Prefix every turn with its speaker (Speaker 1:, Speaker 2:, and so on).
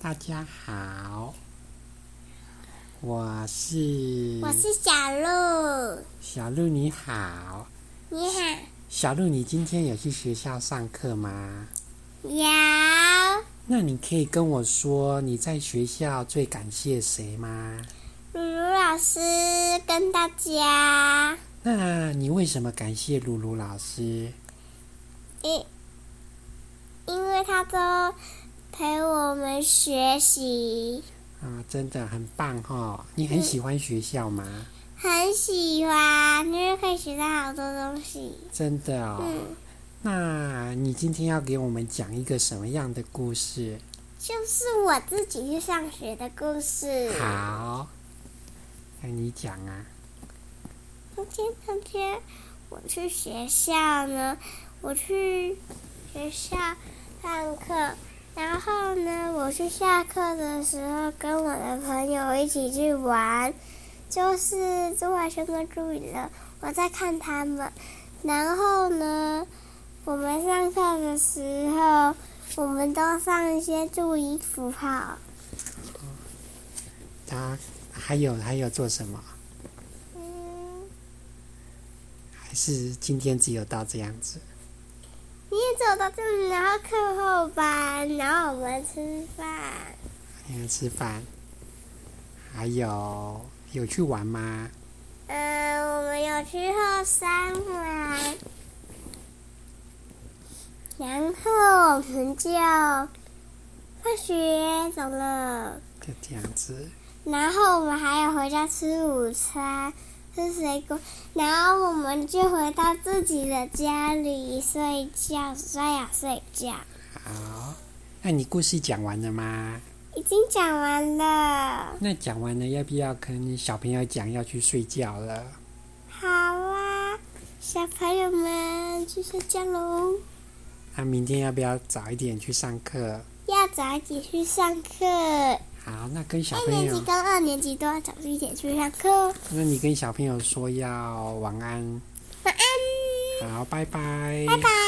Speaker 1: 大家好，我是
Speaker 2: 我是小鹿，
Speaker 1: 小鹿，你好。
Speaker 2: 你好，
Speaker 1: 小鹿，你今天有去学校上课吗？
Speaker 2: 有
Speaker 1: 那你可以跟我说你在学校最感谢谁吗？
Speaker 2: 鲁鲁老师跟大家，
Speaker 1: 那你为什么感谢露露老师？
Speaker 2: 因因为他都陪我们学习，
Speaker 1: 啊，真的很棒哈、你很喜欢学校吗？
Speaker 2: 很喜欢，因为可以学到好多东西。
Speaker 1: 真的哦。
Speaker 2: 嗯，
Speaker 1: 那你今天要给我们讲一个什么样的故事？
Speaker 2: 就是我自己去上学的故事。
Speaker 1: 好，那你讲啊。
Speaker 2: 昨天那天我去学校呢，我去学校上课，然后呢，我去下课的时候跟我的朋友一起去玩，就是朱怀轩跟朱雨乐，我在看他们。然后呢，我们上课的时候，我们都上一些注音符号，
Speaker 1: 他还有还有做什么？
Speaker 2: 嗯，
Speaker 1: 还是今天只有到这样子？
Speaker 2: 你也走到这里，然后课后班，然后我们吃饭。
Speaker 1: 嗯，吃饭，还有有去玩吗？
Speaker 2: 嗯，我们有去后山玩，然后我们就放学走了，
Speaker 1: 就这样子。
Speaker 2: 然后我们还有回家吃午餐，吃水果，然后我们就回到自己的家里睡觉，刷牙睡觉，
Speaker 1: 好，那你故事讲完了吗？
Speaker 2: 已经讲完了，
Speaker 1: 那讲完了，要不要跟小朋友讲要去睡觉了？
Speaker 2: 好啊，小朋友们去睡觉喽。
Speaker 1: 那明天要不要早一点去上课？
Speaker 2: 要早一点去上课。
Speaker 1: 好，那跟小
Speaker 2: 一
Speaker 1: 朋
Speaker 2: 年级
Speaker 1: 友，
Speaker 2: 跟二年级都要早一点去上课哦。
Speaker 1: 那你跟小朋友说要晚安，
Speaker 2: 晚安，
Speaker 1: 嗯好，拜拜。
Speaker 2: 拜拜。